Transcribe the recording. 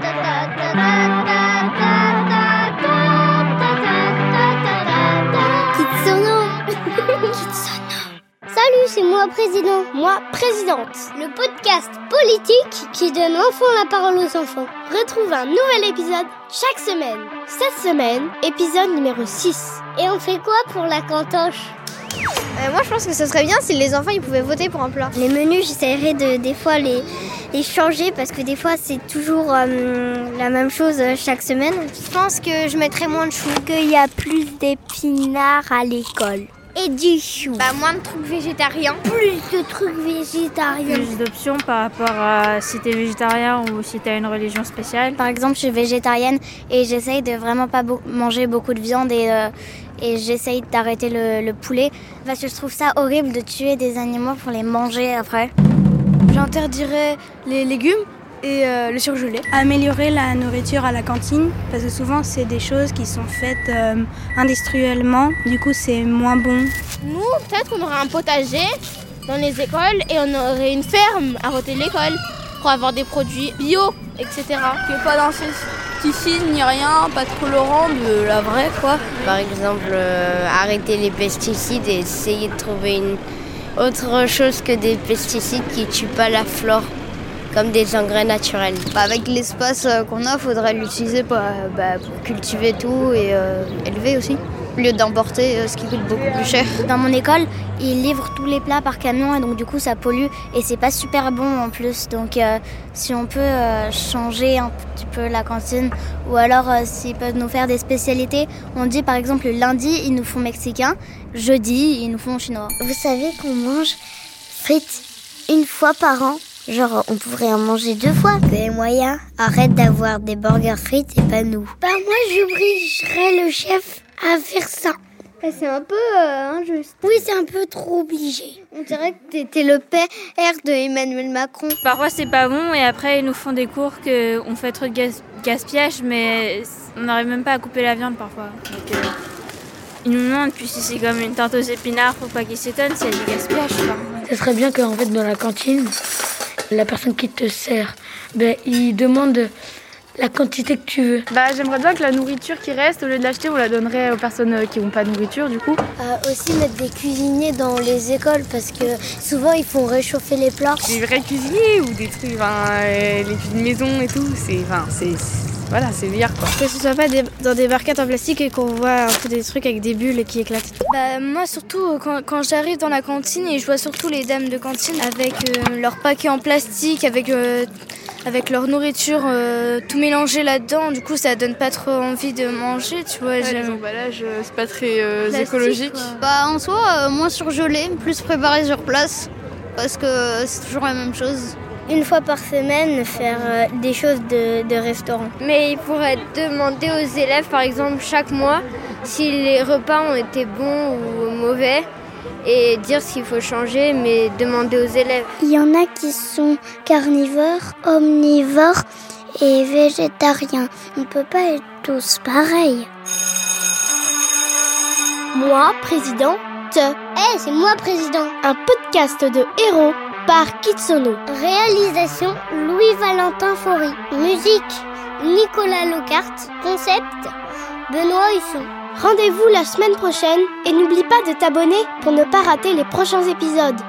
Moi président, moi présidente. Le podcast politique qui donne enfin la parole aux enfants. Retrouve un nouvel épisode chaque semaine. Cette semaine, épisode numéro 6. Et on fait quoi pour la cantoche Euh, moi, je pense que ce serait bien si les enfants ils pouvaient voter pour un plat. Les menus, j'essaierai de des fois les, les changer parce que des fois c'est toujours euh, la même chose euh, chaque semaine. Je pense que je mettrais moins de choux. Qu'il y a plus d'épinards à l'école. Et du chou. Bah, moins de trucs végétariens. Plus de trucs végétariens. plus d'options par rapport à si t'es végétarien ou si t'as une religion spéciale. Par exemple, je suis végétarienne et j'essaye de vraiment pas beau- manger beaucoup de viande et, euh, et j'essaye d'arrêter le, le poulet parce que je trouve ça horrible de tuer des animaux pour les manger après. J'interdirais les légumes et euh, le surgelé. améliorer la nourriture à la cantine parce que souvent c'est des choses qui sont faites euh, industriellement, du coup c'est moins bon. Nous, peut-être on aurait un potager dans les écoles et on aurait une ferme à côté de l'école pour avoir des produits bio, etc. Que pas d'insecticide ni rien, pas de colorant, de la vraie quoi. Par exemple, euh, arrêter les pesticides et essayer de trouver une autre chose que des pesticides qui tuent pas la flore, comme des engrais naturels. Bah, avec l'espace euh, qu'on a, faudrait l'utiliser pour, euh, bah, pour cultiver tout et euh, élever aussi. Au lieu d'emporter euh, ce qui coûte beaucoup plus cher. Dans mon école, ils livrent tous les plats par camion et donc du coup ça pollue et c'est pas super bon en plus. Donc euh, si on peut euh, changer un petit peu la cantine ou alors euh, s'ils peuvent nous faire des spécialités, on dit par exemple lundi ils nous font mexicain, jeudi ils nous font chinois. Vous savez qu'on mange frites une fois par an Genre, on pourrait en manger deux fois. Les moyens, arrête d'avoir des burgers frites et pas nous. Bah, moi, j'obligerais le chef à faire ça. C'est un peu euh, injuste. Oui, c'est un peu trop obligé. On dirait que t'étais le père de Emmanuel Macron. Parfois c'est pas bon et après ils nous font des cours que on fait trop de gas- gaspillage mais on n'arrive même pas à couper la viande parfois. Donc, euh, ils nous demandent puis si c'est comme une tarte aux épinards faut pas qu'ils s'étonnent c'est du gaspillage. quoi. Ce serait bien qu'en fait, dans la cantine, la personne qui te sert, ben, il demande la quantité que tu veux. Bah, j'aimerais bien que la nourriture qui reste, au lieu de l'acheter, on la donnerait aux personnes euh, qui n'ont pas de nourriture, du coup. aussi mettre des cuisiniers dans les écoles parce que souvent ils font réchauffer les plats. des vrais cuisiniers ou des trucs, enfin, euh, les cuisines maison et tout. C'est, enfin, c'est, c'est- voilà, c'est meilleur quoi. Que ce soit pas des- dans des barquettes en plastique et qu'on voit un peu des trucs avec des bulles qui éclatent. Bah moi surtout euh, quand, quand j'arrive dans la cantine et je vois surtout les dames de cantine avec euh, leurs paquets en plastique, avec, euh, avec leur nourriture euh, tout mélangé là-dedans, du coup ça donne pas trop envie de manger, tu vois. les emballages, euh, c'est pas très euh, écologique. Bah en soi, euh, moins surgelé, plus préparé sur place. Parce que Euh, c'est toujours la même chose. Une fois par semaine, faire euh, des choses de, de restaurant. Mais il pourrait demander aux élèves, par exemple, chaque mois, si les repas ont été bons ou mauvais, et dire s'il faut changer, mais demander aux élèves. Il y en a qui sont carnivores, omnivores et végétariens. On ne peut pas être tous pareils. Moi, présidente. Eh, c'est moi, président. Un podcast de héros par Kitsono. Réalisation Louis-Valentin Faury. Musique Nicolas Locarte. Concept Benoît Husson. Rendez-vous la semaine prochaine et n'oublie pas de t'abonner pour ne pas rater les prochains épisodes.